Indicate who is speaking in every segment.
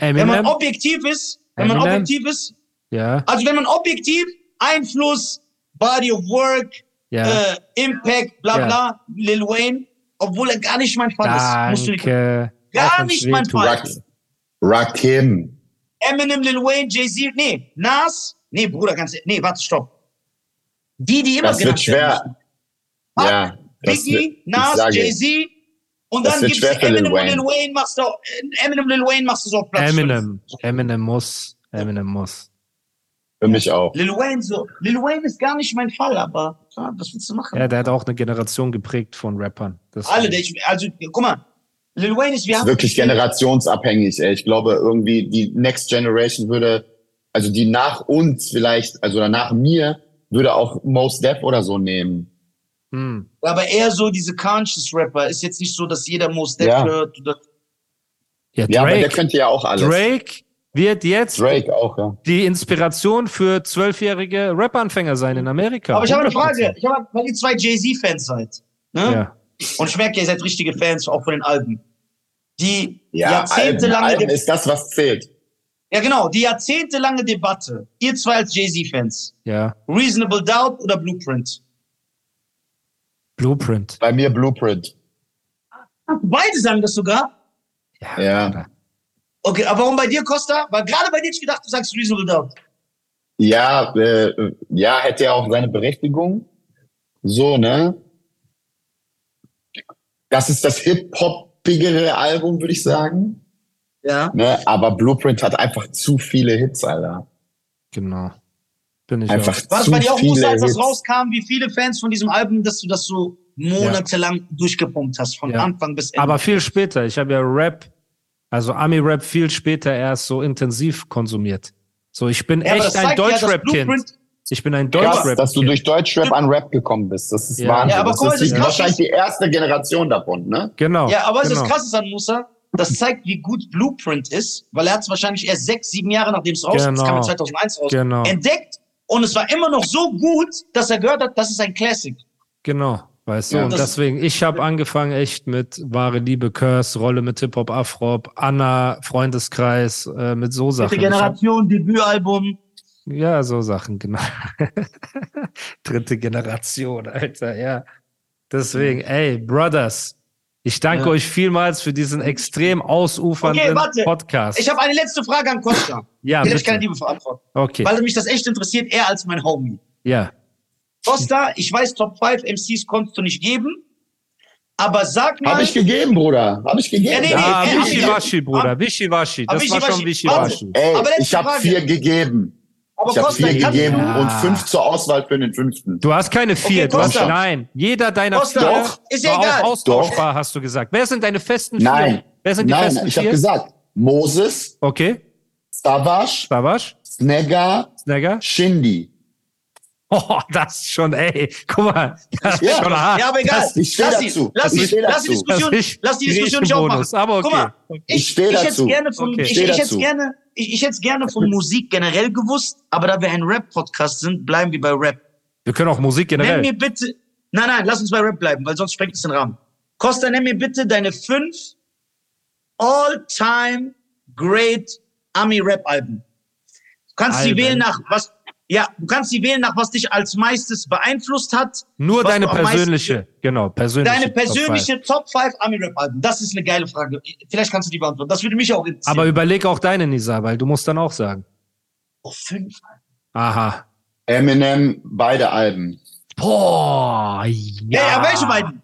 Speaker 1: Wenn man oh.
Speaker 2: Eminem,
Speaker 1: objektiv ist, wenn man
Speaker 2: Eminem.
Speaker 1: objektiv ist,
Speaker 2: ja,
Speaker 1: also wenn man objektiv Einfluss, Body of Work,
Speaker 2: ja.
Speaker 1: äh, Impact, bla
Speaker 2: Ja.
Speaker 1: bla, Lil Wayne, obwohl er gar nicht mein Fall ist, musst du nicht
Speaker 2: Danke.
Speaker 1: Gar
Speaker 2: Auch wenn's
Speaker 1: nicht
Speaker 2: weh
Speaker 1: mein
Speaker 2: tut.
Speaker 1: Fall.
Speaker 3: Rack, Rakim.
Speaker 1: Eminem, Lil Wayne, Jay-Z, nee, Nas, nee, Bruder, ganz, e- nee, warte, stopp. Die, die immer
Speaker 3: Das wird
Speaker 1: genannt werden müssen.
Speaker 3: schwer. Ja, das wird,
Speaker 1: Biggie,
Speaker 3: ich
Speaker 1: Nas,
Speaker 3: sage-
Speaker 1: Jay-Z und
Speaker 3: Das
Speaker 1: dann
Speaker 3: wird
Speaker 1: gibt's
Speaker 3: schwer für Lil
Speaker 1: Eminem und Lil
Speaker 3: Wayne.
Speaker 1: Wayne, machst du, Eminem, Lil Wayne machst du so auf Platz
Speaker 2: Eminem, Eminem muss, Eminem muss.
Speaker 3: Für mich auch.
Speaker 1: Lil Wayne so. Lil Wayne ist gar nicht mein Fall, aber ja, was willst du machen?
Speaker 2: Ja, der hat auch eine Generation geprägt von Rappern. Das
Speaker 1: Alle, der ich, also guck mal, Lil Wayne ist, wir
Speaker 3: Ist
Speaker 1: haben
Speaker 3: wirklich generationsabhängig. Ey. Ich glaube, irgendwie die Next Generation würde, also die nach uns vielleicht, also oder nach mir, würde auch Most Def oder so nehmen.
Speaker 2: hm.
Speaker 1: aber eher so diese Conscious Rapper. Ist jetzt nicht so, dass jeder Most Def
Speaker 3: Ja.
Speaker 1: hört. Oder,
Speaker 2: ja,
Speaker 3: Ja, aber der
Speaker 2: Drake,
Speaker 3: könnte ja auch alles. Drake,
Speaker 2: Drake wird jetzt
Speaker 3: auch, ja.
Speaker 2: die Inspiration für zwölfjährige Rap-Anfänger sein in Amerika.
Speaker 1: aber ich habe eine
Speaker 2: 100%.
Speaker 1: Frage. Ich habe, weil ihr zwei Jay-Z-Fans seid. Ne?
Speaker 2: Ja.
Speaker 1: Und ich merke, ihr seid richtige Fans auch von den Alben. Die
Speaker 3: Ja, Alben,
Speaker 1: jahrzehntelange
Speaker 3: Alben
Speaker 1: Deb-
Speaker 3: ist das, was zählt.
Speaker 1: ja genau, die jahrzehntelange Debatte. Ihr zwei als Jay-Z-Fans.
Speaker 2: ja,
Speaker 1: Reasonable Doubt oder Blueprint?
Speaker 2: Blueprint.
Speaker 3: Bei mir Blueprint.
Speaker 1: Beide sagen das sogar.
Speaker 3: Ja.
Speaker 1: Okay, aber warum bei dir, Costa? Weil gerade bei dir hätte ich gedacht, du sagst Reasonable Doubt.
Speaker 3: Ja, äh, ja, hätte ja auch seine Berechtigung. So, ne? Das ist das hip-hoppigere Album, würde ich sagen.
Speaker 1: Ja.
Speaker 3: Ne? Aber Blueprint hat einfach zu viele Hits, Alter.
Speaker 2: Genau. Bin ich
Speaker 3: Einfach
Speaker 1: War das
Speaker 3: zu
Speaker 1: bei dir auch Musa,
Speaker 3: viele
Speaker 1: als das
Speaker 3: Hits.
Speaker 1: rauskam, wie viele Fans von diesem Album, dass du das so monatelang durchgepumpt hast, von
Speaker 2: Ja.
Speaker 1: Anfang bis
Speaker 2: auch.
Speaker 1: Ende?
Speaker 2: Aber viel später. Ich habe ja Rap, also Ami-Rap viel später erst so intensiv konsumiert. So, ich bin
Speaker 1: Ja, aber das
Speaker 2: echt ein
Speaker 1: zeigt ja, dass
Speaker 2: Deutschrap-Kind.
Speaker 1: Blueprint-
Speaker 2: Ich bin ein
Speaker 3: Krass, dass du
Speaker 2: Deutschrap-Kind.
Speaker 3: durch Deutschrap an Rap gekommen bist. Das ist
Speaker 2: Ja.
Speaker 3: Wahnsinn.
Speaker 1: Ja, aber
Speaker 3: das
Speaker 1: guck mal,
Speaker 3: ist
Speaker 1: das
Speaker 3: die,
Speaker 1: Krasse
Speaker 3: wahrscheinlich
Speaker 1: ist-
Speaker 3: die erste Generation davon, ne?
Speaker 2: Genau.
Speaker 1: Ja, aber
Speaker 2: genau.
Speaker 1: das Krasse ist an Musa, das zeigt, wie gut Blueprint ist, weil er hat es wahrscheinlich erst sechs, sieben Jahre, nachdem es rauskam, es kam
Speaker 2: Genau.
Speaker 1: in 2001 raus,
Speaker 2: Genau.
Speaker 1: entdeckt und es war immer noch so gut, dass er gehört hat, das ist ein Classic.
Speaker 2: Genau, weißt du.
Speaker 3: Ja.
Speaker 2: und
Speaker 1: Das-
Speaker 2: deswegen, ich habe angefangen echt mit wahre Liebe, Curse, Rolle mit Hip Hop, Afrop, Anna, Freundeskreis, äh, mit so
Speaker 1: Dritte
Speaker 2: Sachen. Ich hab,
Speaker 1: Generation, Debütalbum.
Speaker 2: ja, so Sachen, genau. Dritte Generation, Alter, ja. Deswegen, ey, Brothers, ich danke
Speaker 1: Ja.
Speaker 2: euch vielmals für diesen extrem ausufernden
Speaker 1: Okay, warte.
Speaker 2: Podcast.
Speaker 1: Ich habe eine letzte Frage an Costa.
Speaker 2: ja,
Speaker 1: Vielleicht kann
Speaker 2: bitte.
Speaker 1: er die beantworten.
Speaker 2: okay,
Speaker 1: Weil mich das echt interessiert, er als mein Homie.
Speaker 2: ja.
Speaker 1: Costa, ich weiß, Top 5 MCs konntest du nicht geben, aber sag mal.
Speaker 3: Hab ich gegeben, Bruder. Hab ich gegeben.
Speaker 1: Ja, nee,
Speaker 3: Ja,
Speaker 2: Ja,
Speaker 1: nee,
Speaker 3: hab
Speaker 1: nee, nee.
Speaker 3: ich gegeben.
Speaker 2: Ah, Wischiwaschi, Bruder, Wischiwaschi.
Speaker 1: Aber
Speaker 2: Das war schon
Speaker 1: Wischiwaschi, Ah. warte.
Speaker 2: Wischiwaschi.
Speaker 3: Ey,
Speaker 1: Aber letzte
Speaker 3: ich habe
Speaker 1: Frage.
Speaker 3: vier gegeben.
Speaker 1: aber
Speaker 3: Ich habe
Speaker 1: Costa,
Speaker 3: vier
Speaker 1: kannst
Speaker 3: gegeben
Speaker 1: du.
Speaker 2: Ja.
Speaker 3: und fünf zur Auswahl für den fünften.
Speaker 2: Du hast keine vier.
Speaker 1: Okay,
Speaker 2: du hast,
Speaker 1: Costa.
Speaker 2: nein, jeder deiner
Speaker 1: Costa,
Speaker 2: vier
Speaker 1: doch. Ist ja
Speaker 2: war
Speaker 1: egal.
Speaker 2: auch austauschbar, hast du gesagt. Wer sind deine festen vier?
Speaker 3: Nein.
Speaker 2: Wer sind die
Speaker 3: Nein,
Speaker 2: festen
Speaker 3: ich habe
Speaker 2: vier?
Speaker 3: gesagt, Moses,
Speaker 2: Okay,
Speaker 3: Savas,
Speaker 2: Savasch,
Speaker 3: Snegger,
Speaker 2: Snagger.
Speaker 3: Shindy.
Speaker 2: Oh, das ist schon, ey, guck mal. Das ist
Speaker 3: Ja.
Speaker 2: schon hart.
Speaker 1: Ja, aber egal.
Speaker 2: Das,
Speaker 3: Ich steh
Speaker 1: lass, die-
Speaker 3: dazu.
Speaker 1: Lass,
Speaker 3: Ich
Speaker 1: die-
Speaker 3: steh
Speaker 1: lass die
Speaker 3: dazu.
Speaker 1: Diskussion,
Speaker 2: Das ist
Speaker 1: lass die Diskussion nicht
Speaker 2: Bonus,
Speaker 1: aufmachen.
Speaker 2: aber okay.
Speaker 1: Guck mal,
Speaker 3: Ich
Speaker 1: ich, ich,
Speaker 3: steh
Speaker 1: hätte
Speaker 3: dazu.
Speaker 1: gerne von,
Speaker 2: Okay.
Speaker 1: ich,
Speaker 3: Steh
Speaker 1: ich hätte
Speaker 3: dazu.
Speaker 1: gerne, ich, ich hätte gerne von Musik generell gewusst, aber da wir ein Rap-Podcast sind, bleiben wir bei Rap.
Speaker 2: Wir können auch Musik
Speaker 1: Nenn
Speaker 2: generell.
Speaker 1: mir bitte, nein, nein, lass uns bei Rap bleiben, weil sonst sprengt es den Rahmen. Costa, nenn mir bitte deine fünf all-time great Ami-Rap-Alben. Du kannst sie
Speaker 2: Alben.
Speaker 1: wählen nach was, ja, du kannst sie wählen nach was dich als meistes beeinflusst hat.
Speaker 2: Nur
Speaker 1: was
Speaker 2: deine
Speaker 1: du am meisten-
Speaker 2: persönliche, genau, persönliche.
Speaker 1: Deine
Speaker 2: Top five.
Speaker 1: persönliche Top 5 Ami-Rap-Alben. Das ist eine geile Frage. Vielleicht kannst du die beantworten. Das würde mich auch interessieren.
Speaker 2: Aber überleg auch deine, Nisa, weil du musst dann auch sagen.
Speaker 1: oh, fünf.
Speaker 2: Aha.
Speaker 3: Eminem, beide Alben.
Speaker 2: Boah, ja.
Speaker 1: Ja, ja, welche beiden?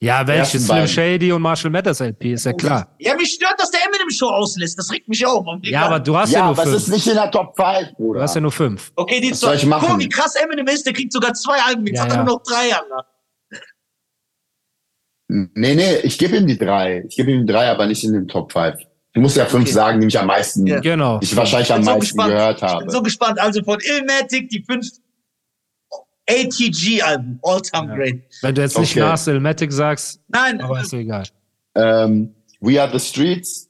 Speaker 2: Ja, welche?
Speaker 3: Ersten
Speaker 2: Slim
Speaker 3: beiden.
Speaker 2: Shady und Marshall Mathers LP, ist
Speaker 1: Oh,
Speaker 2: ja klar.
Speaker 1: Ja, mich stört, dass der Eminem Show auslässt. Das regt mich auf.
Speaker 2: Ja, aber du hast ja,
Speaker 3: ja,
Speaker 2: nur
Speaker 3: aber es ist
Speaker 2: fünf.
Speaker 3: nicht in der Top 5, Bruder.
Speaker 2: Du hast ja nur fünf.
Speaker 1: Okay, die
Speaker 3: Was
Speaker 1: zwei.
Speaker 3: soll ich machen?
Speaker 1: Guck, mal, wie krass Eminem ist, der kriegt sogar zwei Alben. ne? Jetzt
Speaker 2: Ja,
Speaker 1: hat er
Speaker 2: ja.
Speaker 1: nur noch drei, Alter.
Speaker 3: Nee, nee, ich gebe ihm die drei. Ich gebe ihm die drei, aber nicht in den Top 5. Du musst ja fünf
Speaker 1: Okay.
Speaker 3: sagen, die mich am meisten,
Speaker 1: Ja.
Speaker 2: Genau.
Speaker 3: ich wahrscheinlich am
Speaker 1: bin
Speaker 3: meisten
Speaker 1: gespannt.
Speaker 3: gehört
Speaker 1: Ich
Speaker 3: habe.
Speaker 1: bin so gespannt. Also von Illmatic die fünf ATG-Alben, All-Time
Speaker 2: Ja.
Speaker 1: Great.
Speaker 2: Wenn du jetzt nicht
Speaker 3: Okay.
Speaker 2: Nas Illmatic sagst,
Speaker 1: Nein,
Speaker 2: aber ist egal.
Speaker 3: ähm, We Are the Streets,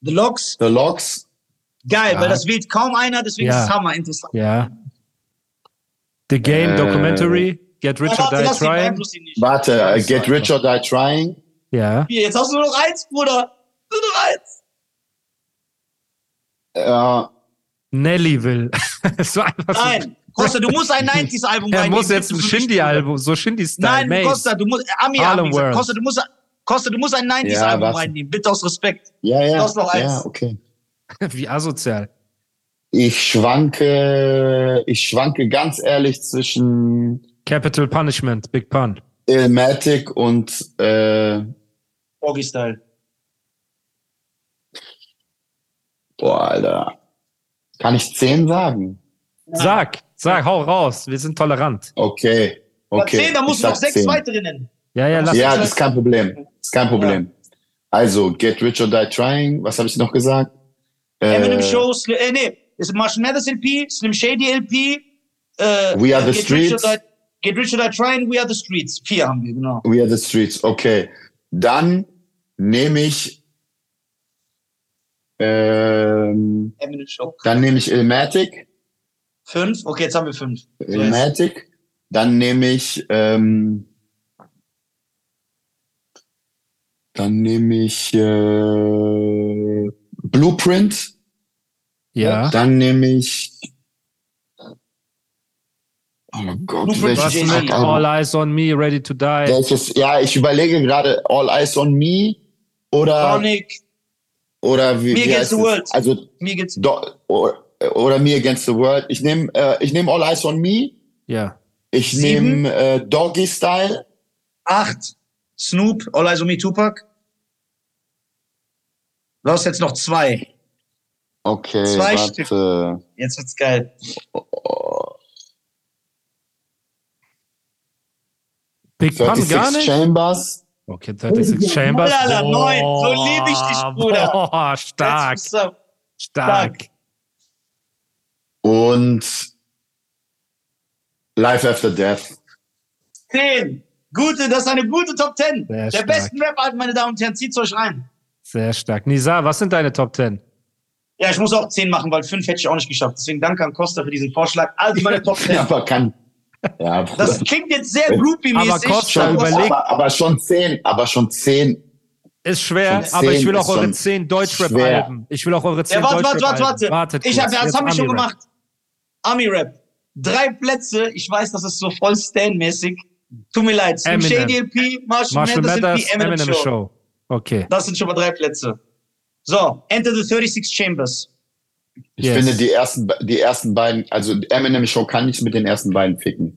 Speaker 1: The Logs,
Speaker 3: The Logs,
Speaker 1: geil,
Speaker 2: Ja.
Speaker 1: weil das wählt kaum einer, deswegen
Speaker 2: Ja.
Speaker 1: ist es Hammer interessant.
Speaker 2: Ja. The Game
Speaker 3: Äh.
Speaker 2: Documentary, Get Rich or
Speaker 1: warte,
Speaker 2: Die
Speaker 1: lass ihn,
Speaker 2: Trying.
Speaker 1: beeinflusst ihn nicht.
Speaker 3: warte, äh, Get Rich or Die Trying,
Speaker 2: Ja.
Speaker 1: Hier, jetzt hast du nur noch eins, Bruder. Nur noch eins.
Speaker 3: äh,
Speaker 2: Nellyville. so einfach so-
Speaker 1: Nein, Costa, du musst ein 90s-Album
Speaker 2: Er muss jetzt ein
Speaker 1: willst du nicht, Bruder.
Speaker 2: Shindy-Album, so Shindy-Style.
Speaker 1: Nein,
Speaker 2: Maze.
Speaker 1: Costa, du musst, äh, Ami,
Speaker 2: Harlem
Speaker 1: Ami, gesagt,
Speaker 2: World.
Speaker 1: Costa, du musst, Costa, du musst ein 90s-Album
Speaker 3: Ja, was?
Speaker 1: reinnehmen, bitte aus Respekt.
Speaker 3: ja, ja,
Speaker 1: Lass noch eins.
Speaker 3: ja, okay.
Speaker 2: Wie asozial.
Speaker 3: Ich schwanke, ich schwanke ganz ehrlich zwischen
Speaker 2: Capital Punishment, Big Pun.
Speaker 3: Illmatic und, äh,
Speaker 1: Orgi-Style.
Speaker 3: boah, Alter. Kann ich zehn sagen?
Speaker 2: Sag, sag, hau raus. Wir sind tolerant.
Speaker 3: Okay, okay.
Speaker 1: Okay, zehn, da
Speaker 3: ich
Speaker 1: musst du
Speaker 3: sag
Speaker 1: noch sechs
Speaker 3: zehn.
Speaker 1: weitere nennen.
Speaker 2: Ja, ja, lass
Speaker 3: Ja,
Speaker 2: uns
Speaker 3: das ist kein Problem. Das ist kein Problem. Also, Get Rich or Die Trying, was habe ich noch gesagt?
Speaker 1: Eminem
Speaker 3: Äh,
Speaker 1: Show, Sli äh, nee, ist Marshall Mathers LP, Slim Shady LP, äh,
Speaker 3: We Are the
Speaker 1: Get Rich or
Speaker 3: Streets.
Speaker 1: Die- Get Rich or Die Trying, We Are the Streets. Vier haben wir, genau.
Speaker 3: We are the Streets, okay. Dann nehme ich, ähm,
Speaker 1: Eminem Show.
Speaker 3: dann nehme ich Illmatic,
Speaker 1: Fünf, okay, jetzt haben wir fünf. So, jetzt-
Speaker 3: Illmatic, Äh, dann nehme ich, ähm, dann nehme ich äh, Blueprint,
Speaker 2: Ja.
Speaker 3: dann nehme ich Oh Gott,
Speaker 1: Blueprint
Speaker 2: Was
Speaker 3: welches
Speaker 1: Jay-Z.
Speaker 2: mit
Speaker 3: Album?
Speaker 2: All Eyes on Me, Ready to Die?
Speaker 3: Welches, ja, ich überlege gerade All Eyes on Me oder,
Speaker 1: Sonic,
Speaker 3: oder wie,
Speaker 1: Me
Speaker 3: wie
Speaker 1: Against
Speaker 3: heißt
Speaker 1: the
Speaker 3: es?
Speaker 1: World.
Speaker 3: Also,
Speaker 1: mir geht's.
Speaker 3: do, oder, oder Me Against the World. Ich nehme äh, ich nehm All Eyes on Me.
Speaker 2: Ja.
Speaker 3: Ich
Speaker 1: Sieben.
Speaker 3: nehme äh, Doggy Style.
Speaker 1: Acht, Snoop, All Eyes on Me, Tupac. Du hast jetzt noch zwei.
Speaker 3: Okay,
Speaker 1: Zwei
Speaker 3: warte.
Speaker 1: Jetzt wird's geil.
Speaker 2: Big Pun gar
Speaker 3: 36
Speaker 2: nicht?
Speaker 3: Chambers.
Speaker 2: Okay, 36 Chambers.
Speaker 1: Malala, neun. So lieb ich dich, Bruder.
Speaker 2: Boah, stark,
Speaker 1: Jetzt bist du-
Speaker 2: stark.
Speaker 3: Und Life After Death.
Speaker 1: Zehn. Gute, das ist eine gute Top Ten.
Speaker 2: Sehr
Speaker 1: Der
Speaker 2: stark.
Speaker 1: besten Rap-Alben, meine Damen und Herren, zieht's euch rein.
Speaker 2: Sehr stark. Nisa, was sind deine Top 10?
Speaker 1: Ja, ich muss auch 10 machen, weil 5 hätte ich auch nicht geschafft. Deswegen danke an Costa für diesen Vorschlag. Also meine Top 10.
Speaker 3: Aber kann. Ja,
Speaker 1: Das klingt jetzt sehr groupie-mäßig.
Speaker 2: Aber Costa,
Speaker 1: aber-
Speaker 2: überleg- überlegt.
Speaker 3: aber, aber schon zehn, aber schon zehn.
Speaker 2: Ist schwer,
Speaker 3: Schon
Speaker 2: aber ich
Speaker 3: zehn
Speaker 2: will auch
Speaker 3: ist
Speaker 2: eure
Speaker 3: schon
Speaker 2: 10 Deutschrap-Alben. Ich will auch eure 10
Speaker 1: Ja, warte, warte,
Speaker 2: Deutschrap-Alben.
Speaker 1: warte, warte.
Speaker 2: Wartet
Speaker 1: ich hab,
Speaker 2: kurz,
Speaker 1: das
Speaker 2: jetzt
Speaker 1: habe ich schon
Speaker 2: Ami-Rap.
Speaker 1: gemacht. Ami-Rap. Drei Plätze. Ich weiß, das ist so voll Stan-mäßig. Tut mir leid. Slim
Speaker 2: Eminem.
Speaker 1: Shady LP, Marshall,
Speaker 2: Marshall
Speaker 1: Mathers
Speaker 2: Mathers,
Speaker 1: LP, Eminem,
Speaker 2: Eminem
Speaker 1: Show.
Speaker 2: Show. Okay.
Speaker 1: Das sind schon mal drei Plätze. So, Enter the 36 Chambers.
Speaker 3: Ich
Speaker 2: Yes.
Speaker 3: finde die ersten, die ersten beiden, also Eminem Show kann nicht mit den ersten beiden ficken.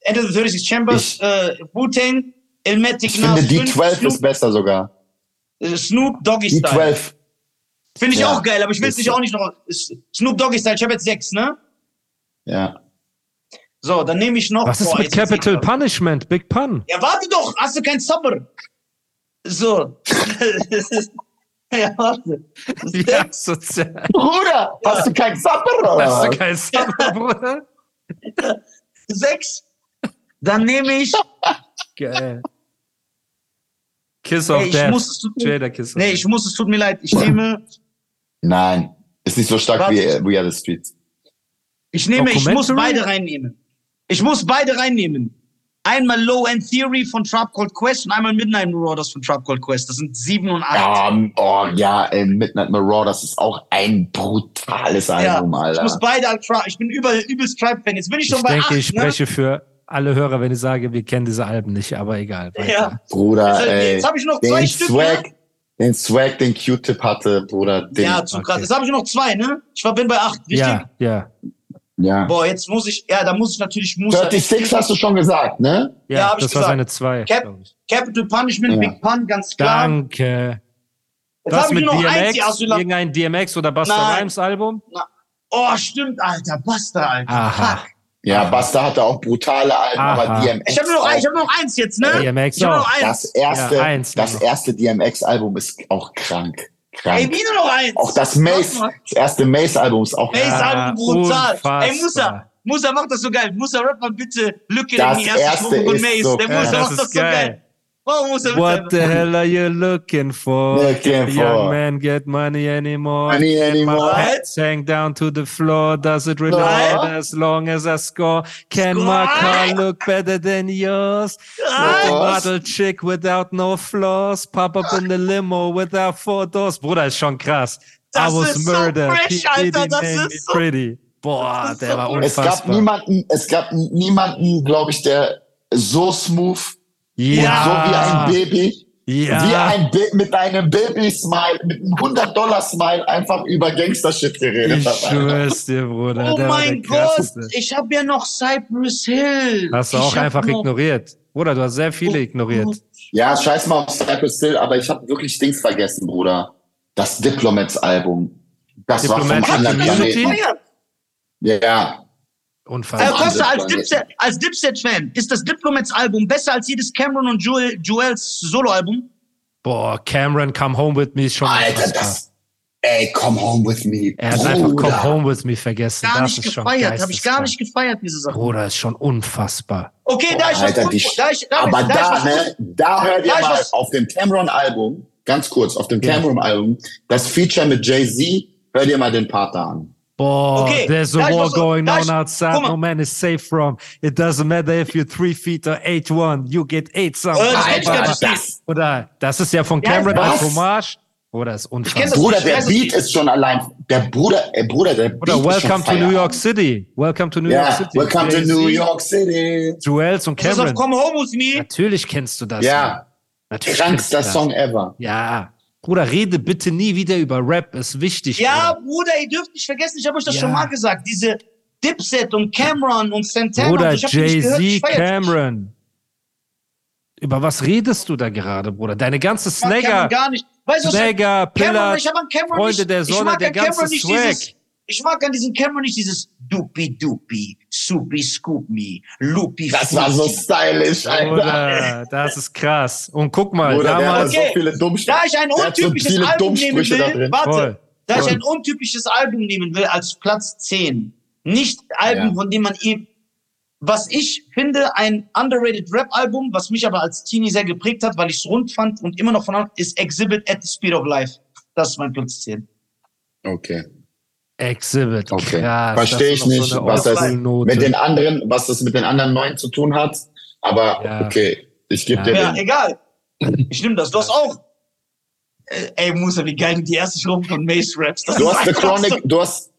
Speaker 1: Enter the 36 Chambers,
Speaker 3: Ich-
Speaker 1: äh, Wu-Tang, Elmatic
Speaker 3: Ich finde die 12 ist
Speaker 1: Snoop,
Speaker 3: besser sogar.
Speaker 1: äh, Snoop Doggy
Speaker 3: Die
Speaker 1: Style.
Speaker 3: 12.
Speaker 1: Finde ich
Speaker 3: Ja.
Speaker 1: auch geil, aber ich will es
Speaker 3: Ist
Speaker 1: nicht
Speaker 3: so.
Speaker 1: auch nicht noch. ist- Snoop Doggy Style, ich habe jetzt sechs, ne?
Speaker 3: Ja.
Speaker 1: So, dann nehme ich noch.
Speaker 2: Was ist
Speaker 1: Oh, Boah,
Speaker 2: mit
Speaker 1: jetzt ist
Speaker 2: Capital
Speaker 1: egal.
Speaker 2: Punishment? Big Pun.
Speaker 1: Ja, warte doch, hast du kein Sabber? So. ja, warte.
Speaker 2: Ja, sozial.
Speaker 3: Bruder, hast du kein Zapper?
Speaker 2: Hast du keinen Sabber, Bruder?
Speaker 1: Sechs. Dann nehme ich.
Speaker 2: Geil. Kiss of
Speaker 1: Ey, ich
Speaker 2: Death.
Speaker 1: muss es tut mir,
Speaker 2: Jada Kiss of
Speaker 1: nee,
Speaker 2: Death.
Speaker 1: ich muss, es tut mir leid. Ich nehme,
Speaker 3: Nein, ist nicht so stark wie äh, We Are the Streets.
Speaker 1: ich nehme, ich muss
Speaker 2: Documentary?
Speaker 1: beide reinnehmen. Ich muss beide reinnehmen. Einmal Low End Theory von Trap Called Quest und einmal Midnight Marauders von Trap Called Quest. Das sind sieben und acht.
Speaker 3: Ja, m- oh ja, ey, Midnight Marauders ist auch ein brutales Album,
Speaker 1: Ich muss
Speaker 3: Alter.
Speaker 1: beide an Tri Ich bin über, übelst Tribe-Fan. Jetzt bin ich schon
Speaker 2: Ich
Speaker 1: bei
Speaker 2: denke,
Speaker 1: acht,
Speaker 2: ich
Speaker 1: ne?
Speaker 2: spreche für alle Hörer, wenn ich sage, wir kennen diese Alben nicht, aber egal. weiter.
Speaker 1: Ja.
Speaker 3: Bruder,
Speaker 1: Also,
Speaker 3: Ah, ey.
Speaker 1: jetzt habe ich noch zwei
Speaker 3: Den
Speaker 1: Stück.
Speaker 3: Swag,
Speaker 1: Ne?
Speaker 3: den Swag, den Q-Tip hatte, Bruder. Den,
Speaker 1: Ja, zu
Speaker 2: Okay.
Speaker 1: krass. Jetzt habe ich noch zwei, ne? Ich war, bin bei acht. Richtig?
Speaker 2: Ja, ja,
Speaker 3: ja.
Speaker 1: Boah, jetzt muss ich, ja, da muss ich natürlich Musa.
Speaker 3: 36 hast du schon gesagt, ne?
Speaker 2: ja.
Speaker 1: Ja, hab ich
Speaker 2: das war
Speaker 1: gesagt.
Speaker 2: seine zwei.
Speaker 1: Cap-
Speaker 2: glaub ich.
Speaker 1: Capital Punishment,
Speaker 3: Ja.
Speaker 1: Big Pun, ganz klar.
Speaker 2: Danke.
Speaker 1: jetzt
Speaker 2: Was
Speaker 1: habe ich
Speaker 2: mit
Speaker 1: nur noch eins, die
Speaker 2: DMX?
Speaker 1: Asylum.
Speaker 2: Irgendein DMX oder Busta
Speaker 1: Nein.
Speaker 2: Rhymes Album?
Speaker 1: Oh, stimmt, Alter. Basta, Alter.
Speaker 2: Aha.
Speaker 1: Fuck.
Speaker 3: Ja, Basta hatte auch brutale Alben,
Speaker 2: Aha.
Speaker 3: aber DMX.
Speaker 1: Ich habe nur, noch ein- ich
Speaker 3: auch,
Speaker 1: hab nur noch eins jetzt, ne?
Speaker 2: DMX
Speaker 1: ich habe
Speaker 2: auch.
Speaker 1: noch
Speaker 3: das
Speaker 1: eins.
Speaker 3: erste,
Speaker 2: Ja, eins,
Speaker 3: das
Speaker 2: nur
Speaker 3: erste DMX-Album ist auch krank. krank.
Speaker 1: Ey, wie nur noch eins?
Speaker 3: auch das Mace,
Speaker 1: Mach mal.
Speaker 3: das erste Mace-Album ist auch
Speaker 1: Mace
Speaker 3: krank.
Speaker 2: Ah,
Speaker 1: Album brutal.
Speaker 2: unfassbar.
Speaker 1: Ey, Musa, Musa macht das so geil. Musa, rapp mal bitte Lücke
Speaker 3: Das
Speaker 1: in die erste
Speaker 3: erste
Speaker 1: Strophe von
Speaker 3: ist
Speaker 1: Mace.
Speaker 3: so
Speaker 1: Der
Speaker 3: geil.
Speaker 1: Musa
Speaker 3: Das
Speaker 1: macht das so geil. Oh, Musa, bitte.
Speaker 2: What the hell are you looking for?
Speaker 3: Looking
Speaker 2: Young
Speaker 3: for.
Speaker 2: man get money anymore.
Speaker 3: Money anymore.
Speaker 2: My pants hang down to the floor. Does it really matter as long as I score? Can my car look better than yours? Not a
Speaker 3: Oh.
Speaker 2: model chick without no flaws. Pop up in the limo without four doors. Bruder, ist schon krass.
Speaker 1: Das
Speaker 2: I was
Speaker 1: ist so
Speaker 2: murdered.
Speaker 1: fresh,
Speaker 2: P.
Speaker 1: Alter,
Speaker 2: Diddy
Speaker 1: das
Speaker 2: made
Speaker 1: ist
Speaker 2: me
Speaker 1: so-
Speaker 2: pretty. Boah,
Speaker 1: ist
Speaker 2: der
Speaker 1: so
Speaker 2: war
Speaker 1: fresh.
Speaker 3: Es
Speaker 2: unfassbar.
Speaker 3: gab niemanden, es gab niemanden, glaube ich, der so smooth
Speaker 2: ja.
Speaker 3: und so wie ein Baby,
Speaker 2: Ja.
Speaker 3: wie ein Ba- mit einem Baby-Smile, mit einem 100-Dollar-Smile einfach über Gangster-Shit geredet
Speaker 2: Ich
Speaker 3: hat. Alter.
Speaker 2: schwör's dir, Bruder.
Speaker 1: Oh
Speaker 2: der war der
Speaker 1: mein Gott,
Speaker 2: krasseste.
Speaker 1: ich habe ja noch Cypress Hill.
Speaker 2: Hast du
Speaker 1: Ich
Speaker 2: auch
Speaker 1: hab
Speaker 2: einfach
Speaker 1: noch- Oh.
Speaker 2: ignoriert. Bruder, du hast sehr viele ignoriert.
Speaker 3: Ja, scheiß mal auf Cypress Hill, aber ich habe wirklich Dings vergessen, Bruder. Das Diplomats-Album. Das war
Speaker 2: Diplomats
Speaker 3: vom anderen
Speaker 2: Community?
Speaker 3: Planeten. Ja,
Speaker 1: Oh Äh,
Speaker 2: Unfassbar.
Speaker 1: Costa, als
Speaker 3: Wahnsinn.
Speaker 1: Dipset- als Dipset-Fan, ist das Diplomats-Album besser als jedes Cameron und Joel, Joels Solo-Album?
Speaker 2: Boah, Cameron, come home with me ist schon
Speaker 3: Alter,
Speaker 2: unfassbar.
Speaker 3: das. Ey, come home with me.
Speaker 2: er hat einfach
Speaker 3: Bruder.
Speaker 2: come home with me vergessen.
Speaker 1: Gar
Speaker 2: das
Speaker 1: nicht
Speaker 2: ist schon
Speaker 1: gefeiert, habe ich gar
Speaker 2: geisteskrank.
Speaker 1: nicht gefeiert, diese Sache.
Speaker 2: Bruder, ist schon unfassbar.
Speaker 1: Okay, da ich was
Speaker 3: Alter, die,
Speaker 1: Unpo- da ich, da
Speaker 3: aber
Speaker 1: ich, da, ich
Speaker 3: da,
Speaker 1: was-
Speaker 3: ne, da hört ihr
Speaker 1: Da ist
Speaker 3: mal
Speaker 1: was-
Speaker 3: auf dem Cameron-Album, ganz kurz, auf dem
Speaker 2: Ja.
Speaker 3: Cameron-Album, das Feature mit Jay-Z, hört ihr mal den Part da an.
Speaker 2: Boah,
Speaker 1: Okay,
Speaker 2: there's a
Speaker 1: da ist
Speaker 2: war
Speaker 1: was-
Speaker 2: going
Speaker 1: da
Speaker 2: on
Speaker 1: ist-
Speaker 2: outside.
Speaker 1: guck mal.
Speaker 2: No man is safe from. It doesn't matter if you're three feet or eight one. You get eight something.
Speaker 1: Äh, das kenn ich gar nicht.
Speaker 3: das,
Speaker 2: Oder das ist ja von Cameron
Speaker 3: was?
Speaker 2: als Hommage. Oder ist unfassbar.
Speaker 1: kenn das
Speaker 3: Bruder,
Speaker 1: nicht,
Speaker 3: der
Speaker 1: weiß ich
Speaker 3: Beat ist schon allein, der Bruder, ey, Bruder, der
Speaker 2: Oder
Speaker 3: Beat ist schon
Speaker 2: Welcome to New
Speaker 3: Feierabend.
Speaker 2: York City. Welcome to New
Speaker 3: Ja,
Speaker 2: York City.
Speaker 3: Welcome to
Speaker 2: Jay-Z,
Speaker 3: New York City.
Speaker 2: Jewels und
Speaker 1: Das ist auf
Speaker 2: Cameron.
Speaker 1: Come Home With Me.
Speaker 2: Natürlich kennst du das.
Speaker 3: Ja.
Speaker 2: Mann. Natürlich kennst du
Speaker 3: Krankster
Speaker 2: das.
Speaker 3: Song ever.
Speaker 2: Ja. Bruder, rede bitte nie wieder über Rap. Ist wichtig.
Speaker 1: Ja,
Speaker 2: Bruder.
Speaker 1: Bruder, ihr dürft nicht vergessen, ich habe euch das
Speaker 2: Ja.
Speaker 1: schon mal gesagt, diese Dipset und Cameron und Santana. und
Speaker 2: Bruder,
Speaker 1: so, ich hab die nicht gehört, ich
Speaker 2: Jay-Z,
Speaker 1: feier die nicht.
Speaker 2: Cameron. Über was redest du da gerade, Bruder? Deine ganze
Speaker 1: Ich mag
Speaker 2: Snagger,
Speaker 1: Cameron gar nicht. Weißt du, was-
Speaker 2: Snagger,
Speaker 1: Cameron,
Speaker 2: Pillar,
Speaker 1: ich hab an Cameron
Speaker 2: Freunde
Speaker 1: nicht,
Speaker 2: der
Speaker 1: ich
Speaker 2: Sonne,
Speaker 1: mag
Speaker 2: der
Speaker 1: an Cameron
Speaker 2: ganze
Speaker 1: nicht
Speaker 2: Swag.
Speaker 1: dieses, ich mag an diesem Cameron nicht dieses Doopy Doopy, Soupy Scoop Me, Loopy
Speaker 3: Das war so
Speaker 1: Fruity.
Speaker 3: stylisch, Alter.
Speaker 2: Bruder, das ist krass. Und guck mal,
Speaker 3: Bruder, der hat
Speaker 2: damals.
Speaker 3: so
Speaker 1: Okay.
Speaker 3: viele Dummsprüche.
Speaker 1: Da ich ein
Speaker 3: Der hat so
Speaker 1: untypisches
Speaker 3: viele
Speaker 1: Album nehmen
Speaker 3: Dummsprüche da
Speaker 1: will,
Speaker 3: drin.
Speaker 1: warte,
Speaker 2: Voll.
Speaker 1: da ich
Speaker 2: Voll.
Speaker 1: ein untypisches Album nehmen will als Platz 10, nicht Alben,
Speaker 3: Ja.
Speaker 1: von denen man eben, was ich finde, ein underrated Rap-Album, was mich aber als Teenie sehr geprägt hat, weil ich es rund fand und immer noch von an- ist Exhibit at the Speed of Life. Das ist mein Platz 10.
Speaker 3: Okay.
Speaker 2: Exhibit.
Speaker 3: Okay.
Speaker 2: Krass.
Speaker 3: Verstehe
Speaker 2: das
Speaker 3: ich
Speaker 2: ist noch
Speaker 3: nicht,
Speaker 2: so eine
Speaker 3: was das
Speaker 2: Oldschool-Note.
Speaker 3: mit den anderen, was das mit den anderen neun zu tun hat. Aber
Speaker 2: Ja.
Speaker 3: okay, ich gebe
Speaker 2: Ja.
Speaker 3: dir
Speaker 1: Ja,
Speaker 3: den.
Speaker 1: egal. Ich nehme das. Du hast auch. Äh, Ey, Musa, wie geil du die erste Strophe von Mace raps. Das
Speaker 3: Du
Speaker 1: ist
Speaker 3: hast The
Speaker 1: einfach
Speaker 3: Chronic,
Speaker 1: so-
Speaker 3: du hast,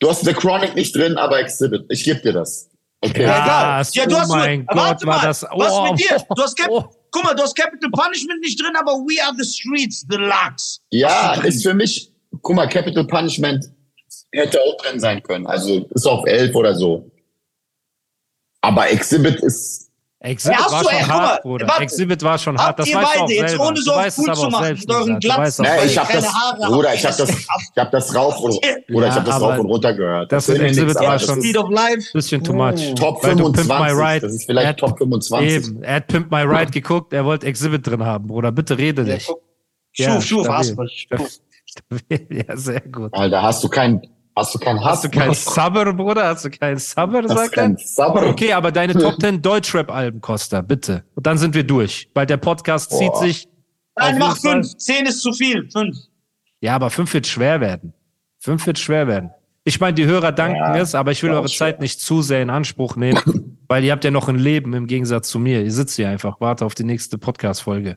Speaker 3: du hast The Chronic nicht drin, aber Exhibit. Ich gebe dir das. Okay.
Speaker 2: Ja.
Speaker 1: Egal. Ja, du
Speaker 2: oh
Speaker 1: hast nur-
Speaker 2: mein
Speaker 1: warte
Speaker 2: Gott, war
Speaker 1: mal.
Speaker 2: das-
Speaker 1: Was
Speaker 2: oh.
Speaker 1: mit dir? Du hast Cap
Speaker 2: Oh.
Speaker 1: Guck mal, du hast Capital Punishment nicht drin, aber We Are the Streets, The Lux.
Speaker 3: Ja, ist für mich, guck mal, Capital Punishment hätte auch drin sein können. Also ist auf elf oder so. Aber Exhibit ist,
Speaker 2: Exhibit
Speaker 1: Ja, hast
Speaker 2: war
Speaker 1: du,
Speaker 2: schon
Speaker 1: ey, guck mal,
Speaker 2: hart, Bruder.
Speaker 1: warte.
Speaker 2: Exhibit war schon hart.
Speaker 1: Habt
Speaker 2: Das
Speaker 1: ihr
Speaker 2: weißt du auch
Speaker 1: beide, jetzt
Speaker 2: selber.
Speaker 1: ohne so
Speaker 2: du
Speaker 1: auf
Speaker 2: weißt es
Speaker 1: cool
Speaker 2: aber
Speaker 1: zu
Speaker 2: auch
Speaker 1: machen,
Speaker 2: selbst.
Speaker 1: mit euren
Speaker 2: Nisa. Du weißt
Speaker 1: Glatzen.
Speaker 2: auch
Speaker 3: ne,
Speaker 1: Ey,
Speaker 3: ich
Speaker 2: selbst.
Speaker 3: habe das,
Speaker 1: keine Haare,
Speaker 3: Bruder,
Speaker 1: habt
Speaker 3: ich
Speaker 1: ihr
Speaker 3: habe
Speaker 1: das
Speaker 3: das, ich habe das rauf und, Bruder, ich
Speaker 2: Ja,
Speaker 3: habe das
Speaker 2: aber
Speaker 3: rauf und runter gehört.
Speaker 2: das mit
Speaker 3: will mir
Speaker 2: Exhibit
Speaker 3: nix,
Speaker 2: war
Speaker 3: aber
Speaker 2: schon-
Speaker 3: das
Speaker 1: Speed
Speaker 3: ist
Speaker 1: of Life.
Speaker 2: bisschen too much.
Speaker 3: Oh. Top
Speaker 2: Weil du Pimp
Speaker 3: 25.
Speaker 2: My Ride-
Speaker 3: Das ist vielleicht
Speaker 2: Er hat-
Speaker 3: Top 25.
Speaker 2: Eben, er hat Pimp My Ride geguckt, er wollte Exhibit drin haben, Bruder. Bitte rede
Speaker 1: Ja,
Speaker 2: nicht.
Speaker 1: guck.
Speaker 2: Ja,
Speaker 1: Schuf, schuf,
Speaker 2: stabil.
Speaker 1: Haspel. Schuf.
Speaker 2: ja, sehr gut.
Speaker 3: Alter, hast du keinen, hast du keinen
Speaker 2: Hast
Speaker 3: Hass?
Speaker 2: du keinen Subber, Bruder? Hast du keinen Subber,
Speaker 3: Hast du
Speaker 2: sagt er?
Speaker 3: keinen Sabber?
Speaker 2: Okay, aber deine Top 10 Deutschrap-Alben, Costa, bitte. Und dann sind wir durch, weil der Podcast zieht sich.
Speaker 1: Nein,
Speaker 2: auf
Speaker 1: mach
Speaker 2: jeden Fall-
Speaker 1: fünf. Zehn ist zu viel. Fünf.
Speaker 2: Ja, aber fünf wird schwer werden. Fünf wird schwer werden. Ich meine, die Hörer danken
Speaker 3: Ja,
Speaker 2: es, aber ich will
Speaker 3: war auch
Speaker 2: eure Zeit
Speaker 3: schwer.
Speaker 2: nicht zu sehr in Anspruch nehmen, weil ihr habt ja noch ein Leben im Gegensatz zu mir. Ihr sitzt hier einfach, warte auf die nächste Podcast-Folge.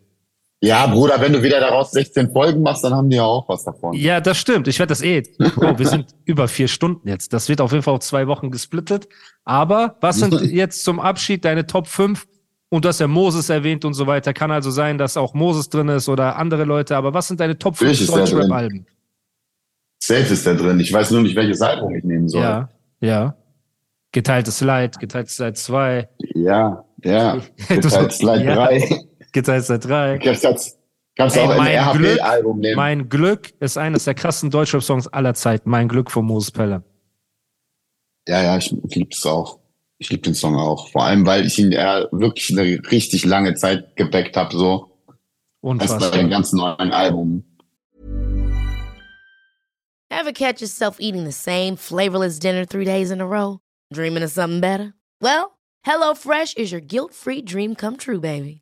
Speaker 3: Ja, Bruder, wenn du wieder daraus 16 Folgen machst, dann haben die ja auch was davon.
Speaker 2: Ja, das stimmt. Ich werde das eh. Bro, wir sind über vier Stunden jetzt. Das wird auf jeden Fall auf zwei Wochen gesplittet. Aber was sind jetzt zum Abschied deine Top 5? Und du hast ja Moses erwähnt und so weiter. Kann also sein, dass auch Moses drin ist oder andere Leute. Aber was sind deine Top 5
Speaker 3: Ich ist der drin.
Speaker 2: Deutschrap-Alben?
Speaker 3: Safe ist da drin. Ich weiß nur nicht, welches Album ich nehmen soll.
Speaker 2: Ja, ja. Geteiltes Leid, geteiltes Leid 2,
Speaker 3: Ja, ja.
Speaker 2: Du
Speaker 3: Gibt halt
Speaker 2: so-
Speaker 3: Slide
Speaker 2: ja.
Speaker 3: 3.
Speaker 2: geteiltes Leid 3.
Speaker 3: Kannst, kannst, kannst
Speaker 2: Ey,
Speaker 3: auch
Speaker 2: mein
Speaker 3: ein
Speaker 2: Glück,
Speaker 3: RHP-Album nehmen.
Speaker 2: Mein Glück ist eines der krassen Deutschrap-Songs aller Zeiten. Mein Glück von Moses Pelham.
Speaker 3: ja, ja, ich lieb's auch. Ich liebe den Song auch. Vor allem, weil ich ihn ja wirklich eine richtig lange Zeit gebackt habe, so. Erst bei den
Speaker 2: Unfassbar.
Speaker 3: ganzen neuen Alben.
Speaker 4: Ever catch yourself eating the same flavorless dinner three days in a row? Dreaming of something better? Well, HelloFresh is your guilt free dream come true, baby.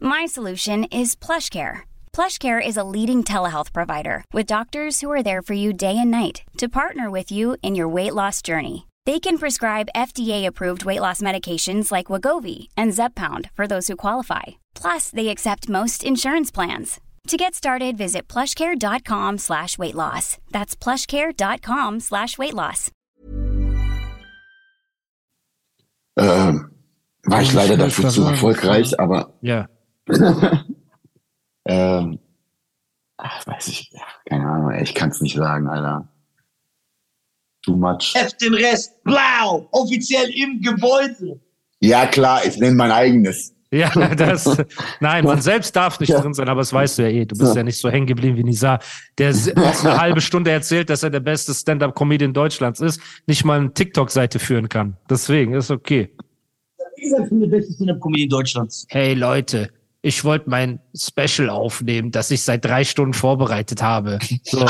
Speaker 5: My solution is PlushCare. PlushCare is a leading telehealth provider with doctors who are there for you day and night to partner with you in your weight loss journey. They can prescribe FDA-approved weight loss medications like Wagovi and Zepbound for those who qualify. Plus, they accept most insurance plans. To get started, visit plushcare.com slash weight loss. That's plushcare.com slash weight loss.
Speaker 3: Ähm, war ich
Speaker 2: Und
Speaker 3: leider
Speaker 2: ich
Speaker 3: dafür
Speaker 2: wollte gerade
Speaker 3: zu
Speaker 2: sagen,
Speaker 3: erfolgreich,
Speaker 2: ja.
Speaker 3: aber
Speaker 2: Ja.
Speaker 3: ähm, ach, weiß ich, ja, keine Ahnung, ey, ich kann es nicht sagen, Alter. Too much.
Speaker 2: Äh.
Speaker 1: F den Rest. Blau. Offiziell im Gebäude.
Speaker 3: Ja klar, ich nenne mein eigenes.
Speaker 2: Ja, das. Nein, man selbst darf nicht drin sein, aber das weißt du ja eh. Du bist ja nicht so hängen geblieben wie Nizar, der s- uns eine halbe Stunde erzählt, dass er der beste Stand-up-Comedian Deutschlands ist, nicht mal eine TikTok-Seite führen kann. Deswegen ist okay.
Speaker 1: Wie gesagt, ich bin der beste Stand-Up-Comedy in Deutschland.
Speaker 2: Hey Leute, ich wollte mein Special aufnehmen, das ich seit drei Stunden vorbereitet habe. So,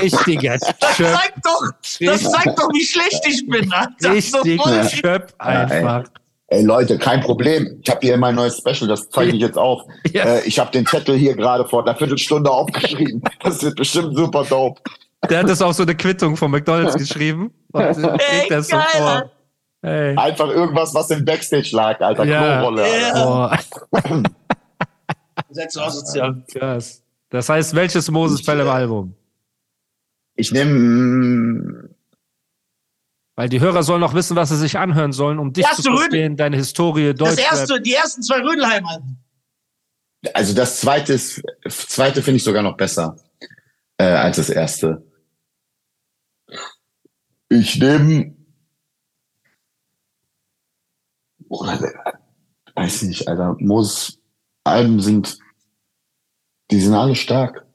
Speaker 2: richtiger Chöp,
Speaker 1: Zeig doch, das zeigt doch, wie schlecht ich bin, Alter. So
Speaker 2: richtiger
Speaker 1: voll-
Speaker 2: Chöp einfach.
Speaker 3: Ey Leute, kein Problem. Ich habe hier mein neues Special, das zeige ich jetzt auf.
Speaker 2: Ja.
Speaker 3: Äh, ich habe den Zettel hier gerade vor einer Viertelstunde aufgeschrieben. Das wird bestimmt super dope.
Speaker 2: Der hat das auf so eine Quittung von McDonalds geschrieben. Und legt das so
Speaker 1: geil,
Speaker 2: vor.
Speaker 1: Alter.
Speaker 2: Hey.
Speaker 3: Einfach irgendwas, was im Backstage lag, Alter.
Speaker 2: Ja.
Speaker 3: Klorolle. Alter.
Speaker 1: Ja.
Speaker 2: Boah.
Speaker 1: Ihr Seid so asozial.
Speaker 2: Krass. Das heißt,
Speaker 1: äh,
Speaker 2: welches Moses-Fell im Album?
Speaker 3: Ich nehme
Speaker 2: Weil die Hörer sollen noch wissen, was sie sich anhören sollen, um dich
Speaker 1: Erste
Speaker 2: zu verstehen, deine Historie,
Speaker 1: Das
Speaker 2: Deutschrap.
Speaker 1: erste, die ersten zwei Rödelheim-Alben.
Speaker 3: also das zweite, ist- zweite finde ich sogar noch besser äh, als das erste. Ich nehme. Weiß nicht, Alter. Moses Alben sind, die sind alle stark.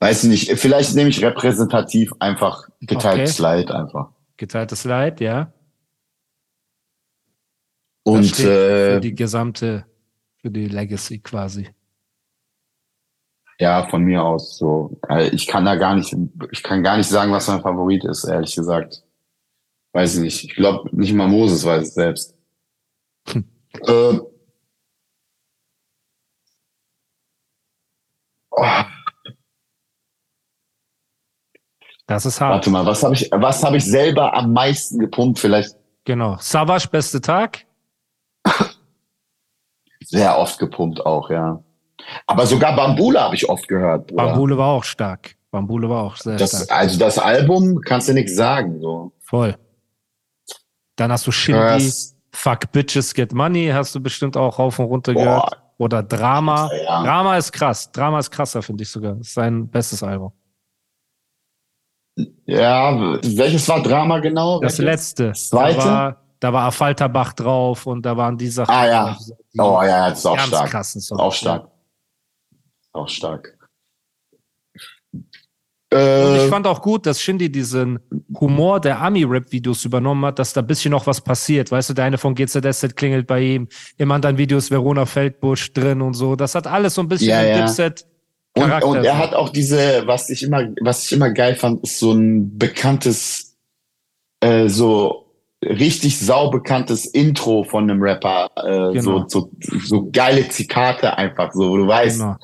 Speaker 3: Weiß nicht, vielleicht nehme ich repräsentativ einfach geteiltes
Speaker 2: Okay.
Speaker 3: Leid einfach.
Speaker 2: Geteiltes Leid, ja. Das
Speaker 3: Und
Speaker 2: steht
Speaker 3: äh,
Speaker 2: für die gesamte, für die Legacy quasi.
Speaker 3: Ja, von mir aus so. Äh, Ich kann da gar nicht, ich kann gar nicht sagen, was mein Favorit ist, ehrlich gesagt. Weiß nicht. Ich glaube, nicht mal Moses weiß es selbst. Ähm. oh,
Speaker 2: Das ist hart.
Speaker 3: warte mal, was habe ich, was habe ich selber am meisten gepumpt? Vielleicht
Speaker 2: Genau. Savage, beste Tag.
Speaker 3: sehr oft gepumpt auch, ja. Aber sogar Bambula habe ich oft gehört. Bruder.
Speaker 2: Bambule war auch stark. Bambule war auch sehr
Speaker 3: Das,
Speaker 2: stark.
Speaker 3: also das Album kannst du nichts sagen. So.
Speaker 2: Voll. Dann hast du Shindy,
Speaker 3: Curse,
Speaker 2: Fuck Bitches Get Money, hast du bestimmt auch rauf und runter gehört. Oder Drama.
Speaker 3: Ja.
Speaker 2: Drama ist krass. Drama ist krasser, finde ich sogar. Das ist sein bestes Album.
Speaker 3: ja, welches war Drama genau?
Speaker 2: Das
Speaker 3: Welches?
Speaker 2: letzte.
Speaker 3: Zweite?
Speaker 2: Da war, da war Falterbach drauf und da waren die Sachen.
Speaker 3: Ah, ja. Oh ja, ja, das ist auch
Speaker 2: Ganz
Speaker 3: stark.
Speaker 2: krassen Song.
Speaker 3: Auch stark. Auch stark.
Speaker 2: Und
Speaker 3: Äh,
Speaker 2: ich fand auch gut, dass Shindy diesen Humor der Ami-Rap-Videos übernommen hat, dass da ein bisschen noch was passiert. Weißt du, der eine von GZSZ klingelt bei ihm, im anderen Video ist Verona Feldbusch drin und so. Das hat alles so ein bisschen
Speaker 3: Ja,
Speaker 2: den
Speaker 3: ja.
Speaker 2: Dipset.
Speaker 3: und,
Speaker 2: Charakter
Speaker 3: und er
Speaker 2: so.
Speaker 3: hat auch diese, was ich immer, was ich immer geil fand, ist so ein bekanntes, äh, so richtig saubekanntes Intro von einem Rapper. Äh,
Speaker 2: Genau.
Speaker 3: so, so, so geile Zikate einfach, so, wo du weißt,
Speaker 2: Genau.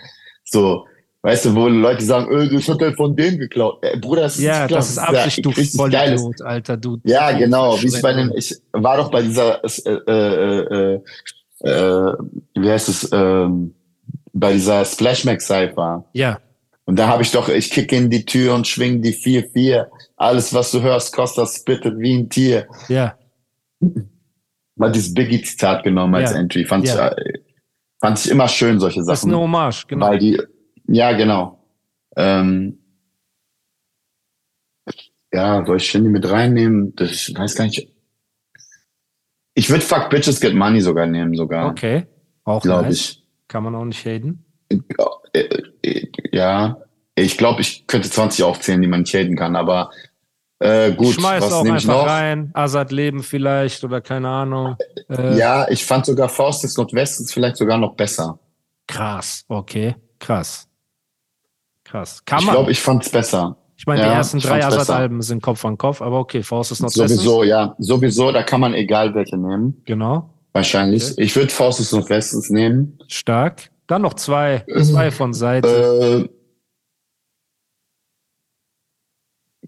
Speaker 3: so. Weißt du, wo Leute sagen, äh, das hat er von dem geklaut. Äh, Bruder, das ist
Speaker 2: Ja,
Speaker 3: nicht geklaut,
Speaker 2: das ist
Speaker 3: ja
Speaker 2: Absicht, du
Speaker 3: richtig geiles
Speaker 2: Vollidiot, Alter, du.
Speaker 3: Ja,
Speaker 2: du
Speaker 3: genau. Wie ich bei
Speaker 2: Verschwendung.
Speaker 3: dem, ich war doch bei dieser, äh, äh, äh, äh, wie heißt es, ähm, bei dieser Splash Mac Cypher.
Speaker 2: Ja,
Speaker 3: Und da habe ich doch, ich kicke in die Tür und schwing die 4-4. Alles, was du hörst, Costa spittet wie ein Tier.
Speaker 2: ja.
Speaker 3: mal dieses Biggie-Zitat genommen als
Speaker 2: Ja.
Speaker 3: Entry. Fand,
Speaker 2: Ja.
Speaker 3: ich, äh, fand ich immer schön, solche
Speaker 2: Das ist eine
Speaker 3: Sachen.
Speaker 2: Hommage, genau.
Speaker 3: Weil die, ja, genau. Ähm, ja, soll ich Shindy mit reinnehmen? Das, ich weiß gar nicht. Ich würde Fuck Bitches Get Money sogar nehmen, sogar. Okay.
Speaker 2: Okay. Auch
Speaker 3: Glaube
Speaker 2: nice.
Speaker 3: ich.
Speaker 2: Kann man auch nicht haten.
Speaker 3: Äh, äh, Ja, ich glaube, ich könnte 20 aufzählen, die man nicht haten kann, aber äh, gut,
Speaker 2: Schmeiß
Speaker 3: was
Speaker 2: auch
Speaker 3: nehme ich
Speaker 2: einfach
Speaker 3: noch?
Speaker 2: rein. Azad Leben vielleicht oder keine Ahnung. Äh,
Speaker 3: Ja, ich fand sogar Faust des Nordwestens vielleicht sogar noch besser.
Speaker 2: Krass, okay. Krass. Krass. Kann
Speaker 3: ich
Speaker 2: man.
Speaker 3: glaube, ich fand's besser.
Speaker 2: Ich meine,
Speaker 3: Ja,
Speaker 2: die ersten
Speaker 3: ich
Speaker 2: drei
Speaker 3: fand's besser.
Speaker 2: Azad-Alben sind Kopf an Kopf, aber okay, Faust ist noch
Speaker 3: Sowieso, ja. Sowieso, da kann man egal welche nehmen.
Speaker 2: Genau.
Speaker 3: Wahrscheinlich. Ich würde Faust des Nordwestens nehmen.
Speaker 2: Stark. Dann noch zwei. Zwei von Seite.
Speaker 3: Mhm. Äh,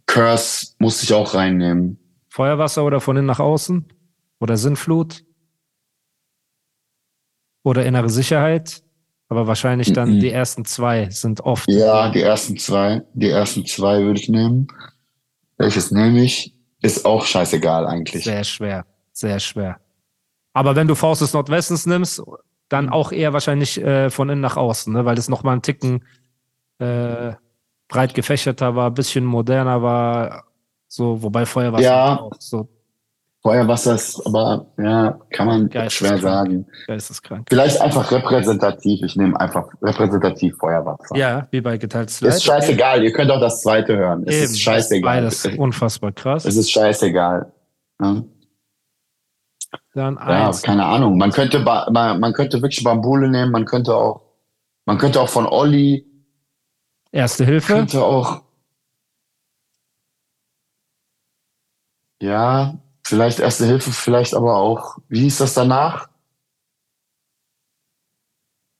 Speaker 3: Curse musste ich auch reinnehmen.
Speaker 2: Feuerwasser oder von innen nach außen? Oder Sinnflut? Oder innere Sicherheit? Aber wahrscheinlich dann
Speaker 3: Mhm.
Speaker 2: die ersten zwei sind oft.
Speaker 3: Ja, die ersten zwei. Die ersten zwei würde ich nehmen. Welches nehme ich? Ist auch scheißegal eigentlich.
Speaker 2: Sehr schwer, sehr schwer. Aber wenn du Faust des Nordwestens nimmst, dann auch eher wahrscheinlich äh, von innen nach außen, ne? weil es nochmal einen Ticken äh, breit gefächerter war, bisschen moderner war, so, wobei Feuerwasser
Speaker 3: Ja.
Speaker 2: auch so
Speaker 3: Feuerwasser ist aber, ja, kann man
Speaker 2: Geisteskrank.
Speaker 3: schwer sagen.
Speaker 2: geisteskrank.
Speaker 3: Vielleicht einfach repräsentativ. Ich nehme einfach repräsentativ Feuerwasser.
Speaker 2: Ja, wie bei geteiltes
Speaker 3: Ist
Speaker 2: Fleisch.
Speaker 3: scheißegal. Ihr könnt auch das zweite hören. Es
Speaker 2: Eben.
Speaker 3: ist scheißegal.
Speaker 2: Beides unfassbar krass.
Speaker 3: Es ist scheißegal. Ja.
Speaker 2: dann
Speaker 3: Ja,
Speaker 2: eins.
Speaker 3: keine Ahnung. Man könnte, ba man, man könnte wirklich Bambule nehmen, man könnte auch, man könnte auch von Olli,
Speaker 2: Erste Hilfe.
Speaker 3: könnte auch. Ja, vielleicht Erste Hilfe, vielleicht aber auch, wie hieß das danach?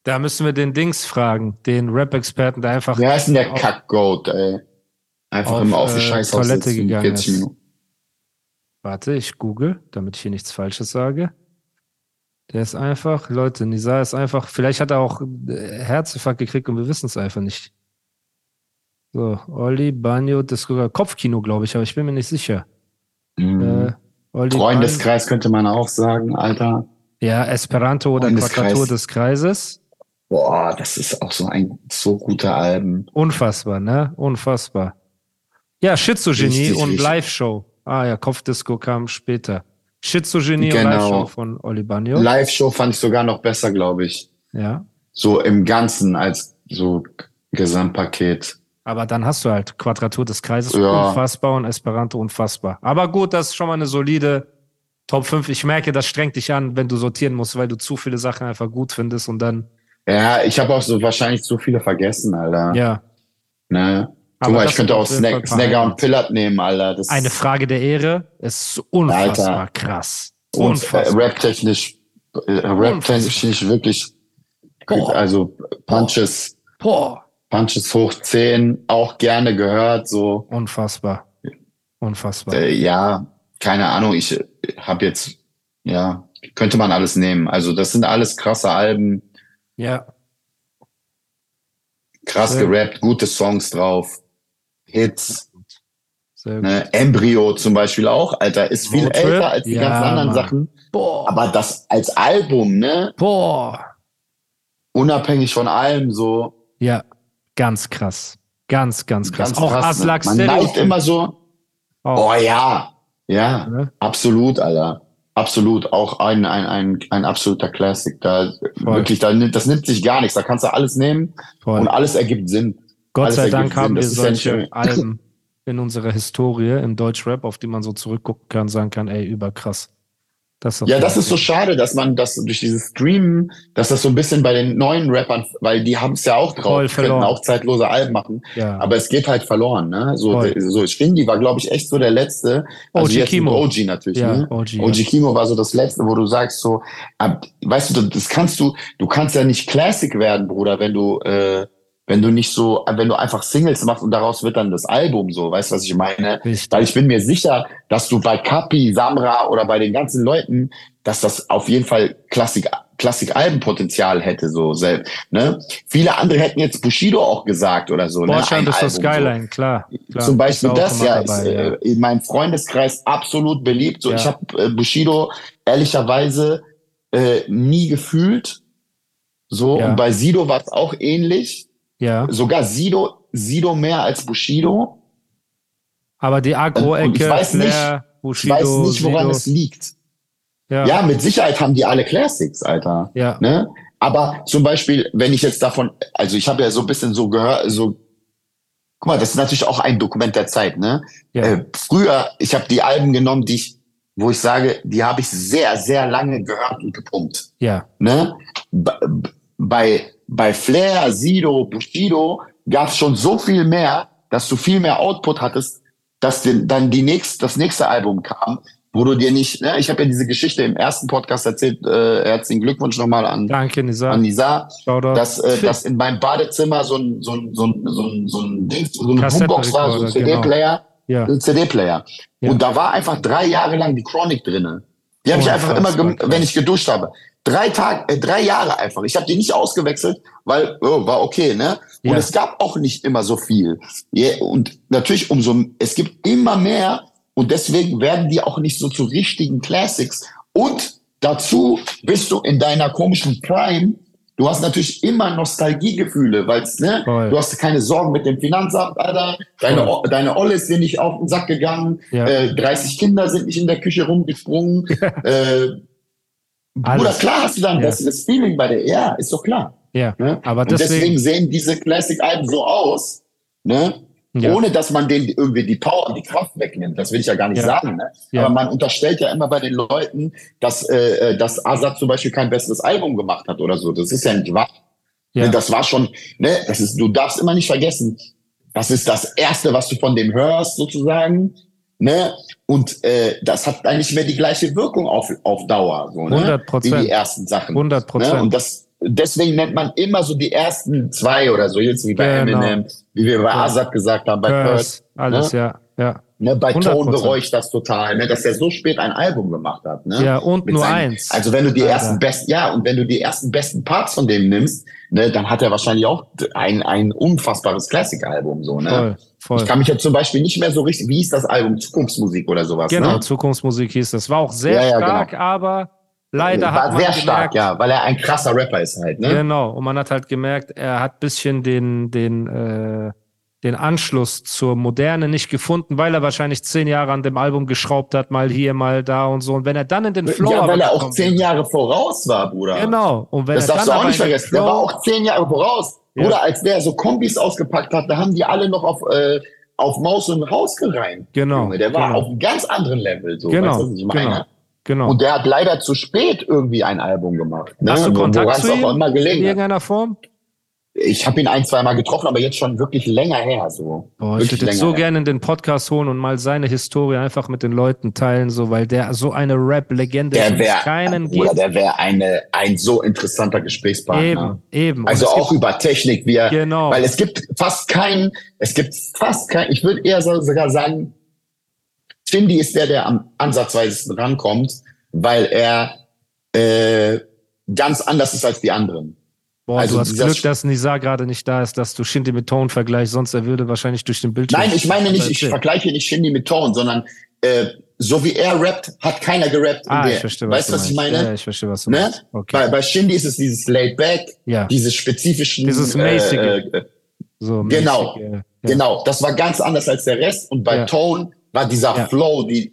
Speaker 2: Da müssen wir den Dings fragen, den Rap-Experten, der einfach
Speaker 3: Wer ist denn der
Speaker 2: auf-
Speaker 3: Kackgoat, ey? Einfach
Speaker 2: auf,
Speaker 3: immer auf die
Speaker 2: äh,
Speaker 3: Scheißhaus
Speaker 2: Toilette
Speaker 3: sitzen,
Speaker 2: gegangen
Speaker 3: 40
Speaker 2: ist. Äh,
Speaker 3: Minuten.
Speaker 2: Warte, ich google, damit ich hier nichts Falsches sage. Der ist einfach, Leute, Nizar ist einfach, vielleicht hat er auch äh, Herzinfarkt gekriegt und wir wissen es einfach nicht. So, Olli, Banjo, Disco, Kopfkino, glaube ich, aber ich bin mir nicht sicher. Äh,
Speaker 3: Mhm.
Speaker 2: Olli, Banjo-
Speaker 3: Freundeskreis könnte man auch sagen, Alter.
Speaker 2: Ja, Esperanto oder
Speaker 3: Freundeskreis.
Speaker 2: Quadratur des Kreises.
Speaker 3: Boah, das ist auch so ein so guter Album.
Speaker 2: Unfassbar, ne? Unfassbar. Ja, Schizogenie
Speaker 3: Richtig,
Speaker 2: und
Speaker 3: richtig.
Speaker 2: Live-Show. Ah ja, Kopfdisco kam später. Schizogenie und
Speaker 3: Genau.
Speaker 2: Live-Show von Olli Banjo.
Speaker 3: Live-Show fand ich sogar noch besser, glaube ich.
Speaker 2: ja.
Speaker 3: so im Ganzen als so Gesamtpaket.
Speaker 2: Aber dann hast du halt Quadratur des Kreises
Speaker 3: Ja.
Speaker 2: unfassbar und Esperanto unfassbar. Aber gut, das ist schon mal eine solide Top 5. Ich merke, das strengt dich an, wenn du sortieren musst, weil du zu viele Sachen einfach gut findest und dann,
Speaker 3: Ja, ich habe auch so wahrscheinlich zu viele vergessen, Alter.
Speaker 2: ja.
Speaker 3: Ne? Guck
Speaker 2: Aber
Speaker 3: mal,
Speaker 2: das
Speaker 3: ich könnte
Speaker 2: sind
Speaker 3: auch
Speaker 2: auf jeden
Speaker 3: Snack,
Speaker 2: Fall ein paar
Speaker 3: Snagger und Pillard nehmen, Alter. Das
Speaker 2: Eine
Speaker 3: ist
Speaker 2: Frage der Ehre ist unfassbar
Speaker 3: Alter.
Speaker 2: krass.
Speaker 3: uns, äh,
Speaker 2: Unfassbar.
Speaker 3: rap-technisch, äh, rap-technisch wirklich, also Punches,
Speaker 2: Boah.
Speaker 3: Punches hoch 10, auch gerne gehört, so.
Speaker 2: Unfassbar. Unfassbar.
Speaker 3: Äh, ja, keine Ahnung, ich habe jetzt, ja, könnte man alles nehmen. Also das sind alles krasse Alben,
Speaker 2: Ja,
Speaker 3: krass
Speaker 2: Sehr gut.
Speaker 3: gerappt, gute Songs drauf, Hits.
Speaker 2: sehr gut.
Speaker 3: Ne? Embryo zum Beispiel auch, Alter, ist viel
Speaker 2: Roadtrip?
Speaker 3: älter als die
Speaker 2: Ja,
Speaker 3: ganzen anderen
Speaker 2: Mann.
Speaker 3: Sachen.
Speaker 2: Boah.
Speaker 3: Aber das als Album, ne?
Speaker 2: Boah.
Speaker 3: Unabhängig von allem so.
Speaker 2: Ja, ganz krass. Ganz, ganz krass.
Speaker 3: Ganz
Speaker 2: auch
Speaker 3: krass, ne?
Speaker 2: Aslak
Speaker 3: Man
Speaker 2: Stereo.
Speaker 3: neigt immer so.
Speaker 2: Auch,
Speaker 3: Oh ja. Ja,
Speaker 2: ne?
Speaker 3: absolut, Alter. Absolut. Auch ein, ein, ein, ein absoluter Classic. Da
Speaker 2: Voll.
Speaker 3: wirklich, da, nimmt- das nimmt sich gar nichts. Da kannst du alles nehmen
Speaker 2: Voll.
Speaker 3: und alles ergibt Sinn.
Speaker 2: Gott
Speaker 3: Alles
Speaker 2: sei
Speaker 3: ergibt
Speaker 2: Dank
Speaker 3: Sinn.
Speaker 2: haben wir
Speaker 3: Das ist ja nicht
Speaker 2: solche
Speaker 3: schlimm.
Speaker 2: Alben in unserer Historie im Deutschrap, auf die man so zurückgucken kann, sagen kann, ey, überkrass. Das ist doch
Speaker 3: Ja,
Speaker 2: geil.
Speaker 3: das ist so schade, dass man das durch dieses Streamen, dass das so ein bisschen bei den neuen Rappern, weil die haben es ja auch drauf,
Speaker 2: Voll
Speaker 3: die könnten
Speaker 2: verloren.
Speaker 3: auch zeitlose Alben machen.
Speaker 2: Ja.
Speaker 3: Aber es geht halt verloren, ne? So,
Speaker 2: Voll.
Speaker 3: so Shindy war, glaube ich, echt so der letzte. Also
Speaker 2: OG
Speaker 3: jetzt mit
Speaker 2: Kimo.
Speaker 3: OG natürlich,
Speaker 2: Ja,
Speaker 3: ne?
Speaker 2: OG, ja.
Speaker 3: OG Kimo war so das letzte, wo du sagst so, ab, weißt du, das kannst du, du kannst ja nicht Classic werden, Bruder, wenn du, äh, wenn du nicht so, wenn du einfach Singles machst und daraus wird dann das Album so, weißt du, was ich meine?
Speaker 2: Richtig.
Speaker 3: Weil ich bin mir sicher, dass du bei Kapi, Samra oder bei den ganzen Leuten, dass das auf jeden Fall Klassik, Klassik-Albenpotenzial hätte, so selbst. Ne? Viele andere hätten jetzt Bushido auch gesagt oder so.
Speaker 2: Deutschland
Speaker 3: ne? Ein
Speaker 2: ist das
Speaker 3: Album, so.
Speaker 2: Skyline, klar, klar.
Speaker 3: Zum Beispiel
Speaker 2: Ist da auch
Speaker 3: das
Speaker 2: immer
Speaker 3: ja
Speaker 2: dabei,
Speaker 3: ist äh, in meinem Freundeskreis absolut beliebt. So,
Speaker 2: Ja.
Speaker 3: ich habe äh, Bushido ehrlicherweise äh, nie gefühlt. So
Speaker 2: Ja.
Speaker 3: und bei Sido war es auch ähnlich.
Speaker 2: ja. ja.
Speaker 3: Sogar Sido, Sido mehr als Bushido.
Speaker 2: Aber die
Speaker 3: Und ich
Speaker 2: Agro-Ecke,
Speaker 3: weiß nicht-
Speaker 2: Flair,
Speaker 3: Ich
Speaker 2: Bushido,
Speaker 3: weiß nicht, woran
Speaker 2: Sido,
Speaker 3: es liegt.
Speaker 2: ja.
Speaker 3: Ja, mit Sicherheit haben die alle Classics, Alter.
Speaker 2: Ja.
Speaker 3: Ne? Aber zum Beispiel, wenn ich jetzt davon, also ich habe ja so ein bisschen so gehört, so, guck mal, das ist natürlich auch ein Dokument der Zeit, ne?
Speaker 2: Ja.
Speaker 3: Äh, früher, ich habe die Alben genommen, die ich, wo ich sage, die habe ich sehr, sehr lange gehört und gepumpt
Speaker 2: ja.
Speaker 3: ne? B- b- Bei, bei Flair, Sido, Bushido gab es schon so viel mehr, dass du viel mehr Output hattest, dass dir dann die nächst, das nächste Album kam, wo du dir nicht, ne? ich habe ja diese Geschichte im ersten Podcast erzählt, äh, herzlichen Glückwunsch nochmal an,
Speaker 2: Danke, Nizar.
Speaker 3: an Nisa,
Speaker 2: Shoutout.
Speaker 3: dass, äh, dass in meinem Badezimmer so ein, so ein, so ein, so ein, so ein, Dings- so eine
Speaker 2: Kassettenrekorder,
Speaker 3: Boombox war, so ein
Speaker 2: genau.
Speaker 3: CD-Player,
Speaker 2: ja.
Speaker 3: ein CD-Player.
Speaker 2: Ja.
Speaker 3: Äh, Und da war einfach drei Jahre lang die Chronic drinne. Die habe ich
Speaker 2: Oh,
Speaker 3: einfach
Speaker 2: krass,
Speaker 3: immer, gem-
Speaker 2: krass.
Speaker 3: wenn ich geduscht habe, drei Tage, äh, drei Jahre einfach. Ich habe die nicht ausgewechselt, weil oh, war okay, ne? Und
Speaker 2: Ja.
Speaker 3: es gab auch nicht immer so viel. Ja, und natürlich umso, es gibt immer mehr und deswegen werden die auch nicht so zu richtigen Classics. Und dazu bist du in deiner komischen Prime. Du hast natürlich immer Nostalgiegefühle, weil ne,
Speaker 2: Voll.
Speaker 3: du hast keine Sorgen mit dem Finanzamt, Alter. Deine, O- deine Olle ist dir nicht auf den Sack gegangen.
Speaker 2: Ja.
Speaker 3: Äh, 30 Kinder sind nicht in der Küche rumgesprungen. Äh, Bruder,
Speaker 2: Alles.
Speaker 3: klar hast du dann ein
Speaker 2: Ja.
Speaker 3: besseres Feeling bei der. Ja, ist doch klar.
Speaker 2: Ja.
Speaker 3: Ne?
Speaker 2: Aber
Speaker 3: Und deswegen,
Speaker 2: deswegen,
Speaker 3: sehen diese Classic-Alben so aus, ne?
Speaker 2: Ja.
Speaker 3: ohne dass man denen irgendwie die Power, die Kraft wegnimmt. Das will ich ja gar nicht
Speaker 2: Ja.
Speaker 3: sagen. Ne?
Speaker 2: Ja.
Speaker 3: Aber man unterstellt ja immer bei den Leuten, dass, äh, äh, dass Azad zum Beispiel kein besseres Album gemacht hat oder so. Das ist ja nicht wahr.
Speaker 2: Ja.
Speaker 3: Ne? Das war schon, ne? das ist, du darfst immer nicht vergessen, das ist das Erste, was du von dem hörst, sozusagen. Ne? Und äh, das hat dann nicht mehr die gleiche Wirkung auf, auf Dauer, so, ne?
Speaker 2: 100%.
Speaker 3: wie die ersten Sachen.
Speaker 2: 100%.
Speaker 3: Ne? Und das, deswegen nennt man immer so die ersten zwei oder so, jetzt wie bei
Speaker 2: Genau.
Speaker 3: Eminem, wie wir bei Azad gesagt haben, bei Curse,
Speaker 2: Curse, alles,
Speaker 3: ne?
Speaker 2: ja. Ja.
Speaker 3: ne? bei
Speaker 2: 100%.
Speaker 3: Ton bereut das total, ne? dass er so spät ein Album gemacht hat. Ne?
Speaker 2: Ja, und
Speaker 3: Mit
Speaker 2: nur
Speaker 3: seinen-
Speaker 2: eins.
Speaker 3: Also wenn du die
Speaker 2: Leider.
Speaker 3: ersten besten, ja, und wenn du die ersten besten Parts von dem nimmst, ne, dann hat er wahrscheinlich auch ein, ein unfassbares Classic-Album, so, ne?
Speaker 2: Voll, voll.
Speaker 3: Ich kann mich jetzt zum Beispiel nicht mehr so richtig, wie hieß das Album? Zukunftsmusik oder sowas.
Speaker 2: Genau,
Speaker 3: ne?
Speaker 2: Zukunftsmusik hieß das. War auch sehr
Speaker 3: Ja, ja,
Speaker 2: stark, aber leider hat
Speaker 3: War
Speaker 2: man
Speaker 3: sehr
Speaker 2: gemerkt,
Speaker 3: stark, ja, weil er ein krasser Rapper ist halt, ne?
Speaker 2: Genau, und man hat halt gemerkt, er hat bisschen den, den, äh, den Anschluss zur Moderne nicht gefunden, weil er wahrscheinlich zehn Jahre an dem Album geschraubt hat, mal hier, mal da und so. Und wenn er dann in den Flow
Speaker 3: ja,
Speaker 2: aber
Speaker 3: weil er auch
Speaker 2: gekommen
Speaker 3: zehn
Speaker 2: ist-
Speaker 3: Jahre voraus war, Bruder.
Speaker 2: Genau. Und wenn
Speaker 3: Das
Speaker 2: er
Speaker 3: darfst du
Speaker 2: dann
Speaker 3: auch
Speaker 2: aber
Speaker 3: nicht
Speaker 2: in den
Speaker 3: vergessen. Der war auch zehn Jahre voraus.
Speaker 2: Ja.
Speaker 3: Bruder, als der so Kombis ausgepackt hat, da haben die alle noch auf, äh, auf Maus und Haus gereimt.
Speaker 2: Genau,
Speaker 3: Junge, der war
Speaker 2: genau.
Speaker 3: auf einem ganz anderen Level. So,
Speaker 2: Genau,
Speaker 3: weißt du, was ich meine?
Speaker 2: genau, genau.
Speaker 3: Und der hat leider zu spät irgendwie ein Album gemacht. Ne?
Speaker 2: Hast du Kontakt
Speaker 3: Woran's
Speaker 2: zu ihm
Speaker 3: auch immer
Speaker 2: in
Speaker 3: gelegen hat.
Speaker 2: irgendeiner Form?
Speaker 3: Ich habe ihn ein, zweimal getroffen, aber jetzt schon wirklich länger her. So.
Speaker 2: Boah, ich
Speaker 3: wirklich
Speaker 2: würde jetzt so gerne in den Podcast holen und mal seine Historie einfach mit den Leuten teilen, so weil der so eine Rap-Legende ist
Speaker 3: Der
Speaker 2: und es
Speaker 3: wäre
Speaker 2: keinen
Speaker 3: Bruder,
Speaker 2: gibt.
Speaker 3: der wäre eine ein so interessanter Gesprächspartner.
Speaker 2: Eben, eben. Und
Speaker 3: Also
Speaker 2: es
Speaker 3: auch
Speaker 2: gibt,
Speaker 3: über Technik, wie er,
Speaker 2: Genau.
Speaker 3: weil es gibt fast keinen, es gibt fast keinen, ich würde eher so- sogar sagen, Shindy ist der, der am ansatzweisesten rankommt, weil er äh, ganz anders ist als die anderen.
Speaker 2: boah,
Speaker 3: also
Speaker 2: du hast
Speaker 3: dieser
Speaker 2: Glück,
Speaker 3: Sch-
Speaker 2: dass Nizar gerade nicht da ist, dass du Shindy mit Tone vergleichst, sonst er würde wahrscheinlich durch den Bildschirm.
Speaker 3: Nein, ich meine nicht, ich
Speaker 2: Erzähl.
Speaker 3: vergleiche nicht Shindy mit Tone, sondern äh, so wie er rappt, hat keiner gerappt. in
Speaker 2: Ah,
Speaker 3: der-
Speaker 2: ich verstehe, was
Speaker 3: weißt
Speaker 2: du
Speaker 3: was ich
Speaker 2: meinst.
Speaker 3: meine?
Speaker 2: Ja, ich verstehe, was du
Speaker 3: Ne?
Speaker 2: meinst.
Speaker 3: Bei,
Speaker 2: Okay.
Speaker 3: bei Shindy ist es dieses Laid-Back,
Speaker 2: Ja.
Speaker 3: dieses spezifischen.
Speaker 2: Dieses mäßige.
Speaker 3: äh, äh,
Speaker 2: So,
Speaker 3: Genau,
Speaker 2: mäßig, äh, ja.
Speaker 3: genau. Das war ganz anders als der Rest. Und bei
Speaker 2: Ja.
Speaker 3: Tone war dieser
Speaker 2: Ja.
Speaker 3: Flow, die,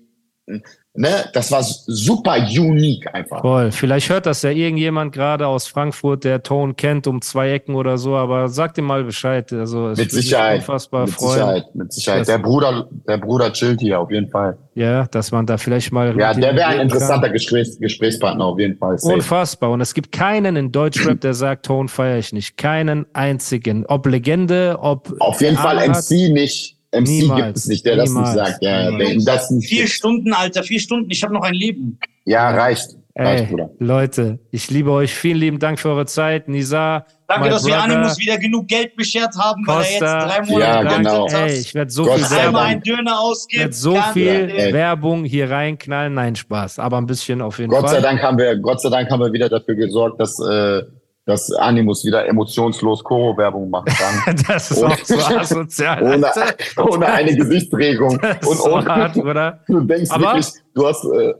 Speaker 3: ne, das war super unique einfach.
Speaker 2: Voll. Vielleicht hört das ja irgendjemand gerade aus Frankfurt, der Tone kennt um zwei Ecken oder so, aber sag dir mal Bescheid. Also, es
Speaker 3: Mit
Speaker 2: würde mich
Speaker 3: Sicherheit.
Speaker 2: Unfassbar
Speaker 3: mit
Speaker 2: freuen.
Speaker 3: Sicherheit, mit Sicherheit.
Speaker 2: Das-
Speaker 3: Der Bruder, der Bruder chillt hier auf jeden Fall.
Speaker 2: Ja, dass man da vielleicht mal.
Speaker 3: Ja,
Speaker 2: mit
Speaker 3: der
Speaker 2: ihm
Speaker 3: wäre
Speaker 2: reden
Speaker 3: ein
Speaker 2: kann.
Speaker 3: interessanter Gesprächs Gesprächspartner auf jeden Fall. Safe.
Speaker 2: Unfassbar. Und es gibt keinen in Deutschrap, der sagt, Ton feiere ich nicht. Keinen einzigen. Ob Legende, ob.
Speaker 3: Auf jeden Fall
Speaker 2: Art.
Speaker 3: MC nicht. MC
Speaker 2: Niemals.
Speaker 3: gibt es nicht, der das
Speaker 2: Niemals.
Speaker 3: nicht sagt. Ja,
Speaker 2: Niemals.
Speaker 3: der, das nicht,
Speaker 1: Vier Stunden, Alter, vier Stunden, ich habe noch ein Leben.
Speaker 3: ja reicht. Reicht,
Speaker 2: Ey,
Speaker 3: Bruder.
Speaker 2: Leute, ich liebe euch. Vielen lieben Dank für eure Zeit. Nisa,
Speaker 1: Danke,
Speaker 2: my
Speaker 1: dass wir
Speaker 2: brother,
Speaker 1: Animus wieder genug Geld beschert haben, weil
Speaker 2: Costa.
Speaker 1: er jetzt drei
Speaker 3: Ja,
Speaker 1: Monate
Speaker 2: Dank.
Speaker 3: genau.
Speaker 1: hat.
Speaker 2: Ey, ich werde so
Speaker 3: Gott
Speaker 2: viel
Speaker 3: sei
Speaker 1: Einmal
Speaker 3: Dank.
Speaker 2: Werbung,
Speaker 1: einen Döner
Speaker 2: ich werd
Speaker 1: ausgibt.
Speaker 2: so
Speaker 1: kein
Speaker 2: viel
Speaker 1: Problem.
Speaker 3: ey.
Speaker 2: Werbung hier reinknallen. Nein, Spaß. Aber ein bisschen auf jeden
Speaker 3: Gott
Speaker 2: Fall.
Speaker 3: sei Dank haben wir, Gott sei Dank haben wir wieder dafür gesorgt, dass, äh, dass Animus wieder emotionslos Koro-Werbung machen kann.
Speaker 2: Das ist auch so asozial.
Speaker 3: ohne,
Speaker 2: Alter.
Speaker 3: ohne eine Gesichtsregung.
Speaker 2: Das
Speaker 3: Und
Speaker 2: ist so hart,
Speaker 3: ohne,
Speaker 2: oder?
Speaker 3: du denkst
Speaker 2: Aber-
Speaker 3: wirklich, du hast, äh,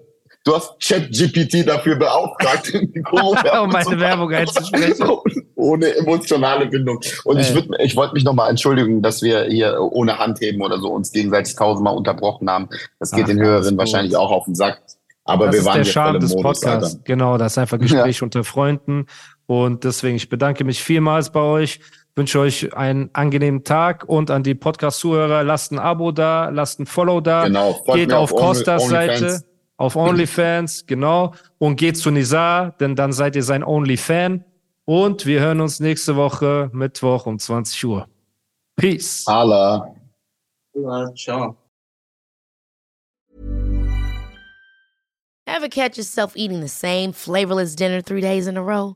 Speaker 3: du hast ChatGPT dafür beauftragt, die Koro-Werbung
Speaker 2: Um meine
Speaker 3: zu machen.
Speaker 2: Werbung einzusprechen. Äh.
Speaker 3: Ohne emotionale Bindung. Und ich,
Speaker 2: Ey.
Speaker 3: würd, ich wollte mich nochmal entschuldigen, dass wir hier ohne Handheben oder so uns gegenseitig tausendmal unterbrochen haben. Das geht
Speaker 2: Ach,
Speaker 3: den
Speaker 2: alles
Speaker 3: Hörerinnen
Speaker 2: gut.
Speaker 3: wahrscheinlich auch auf den Sack. Aber
Speaker 2: das
Speaker 3: wir
Speaker 2: ist
Speaker 3: waren
Speaker 2: der
Speaker 3: jetzt voll
Speaker 2: Charme
Speaker 3: im
Speaker 2: des
Speaker 3: Modus,
Speaker 2: Podcasts.
Speaker 3: Alter.
Speaker 2: Genau, das ist einfach Gespräch unter Freunden. Und deswegen, ich bedanke mich vielmals bei euch. Wünsche euch einen angenehmen Tag und an die Podcast-Zuhörer, lasst ein Abo da, lasst ein Follow da.
Speaker 3: Genau, folgt
Speaker 2: geht
Speaker 3: mir
Speaker 2: auf,
Speaker 3: auf Only-
Speaker 2: Costas
Speaker 3: OnlyFans.
Speaker 2: Seite, auf OnlyFans, genau. Und geht zu Nizar, denn dann seid ihr sein Only-Fan. Und wir hören uns nächste Woche Mittwoch um 20 Uhr. Peace.
Speaker 3: Allah.
Speaker 1: Ja, ciao.
Speaker 4: Ever catch yourself eating the same flavorless dinner three days in a row?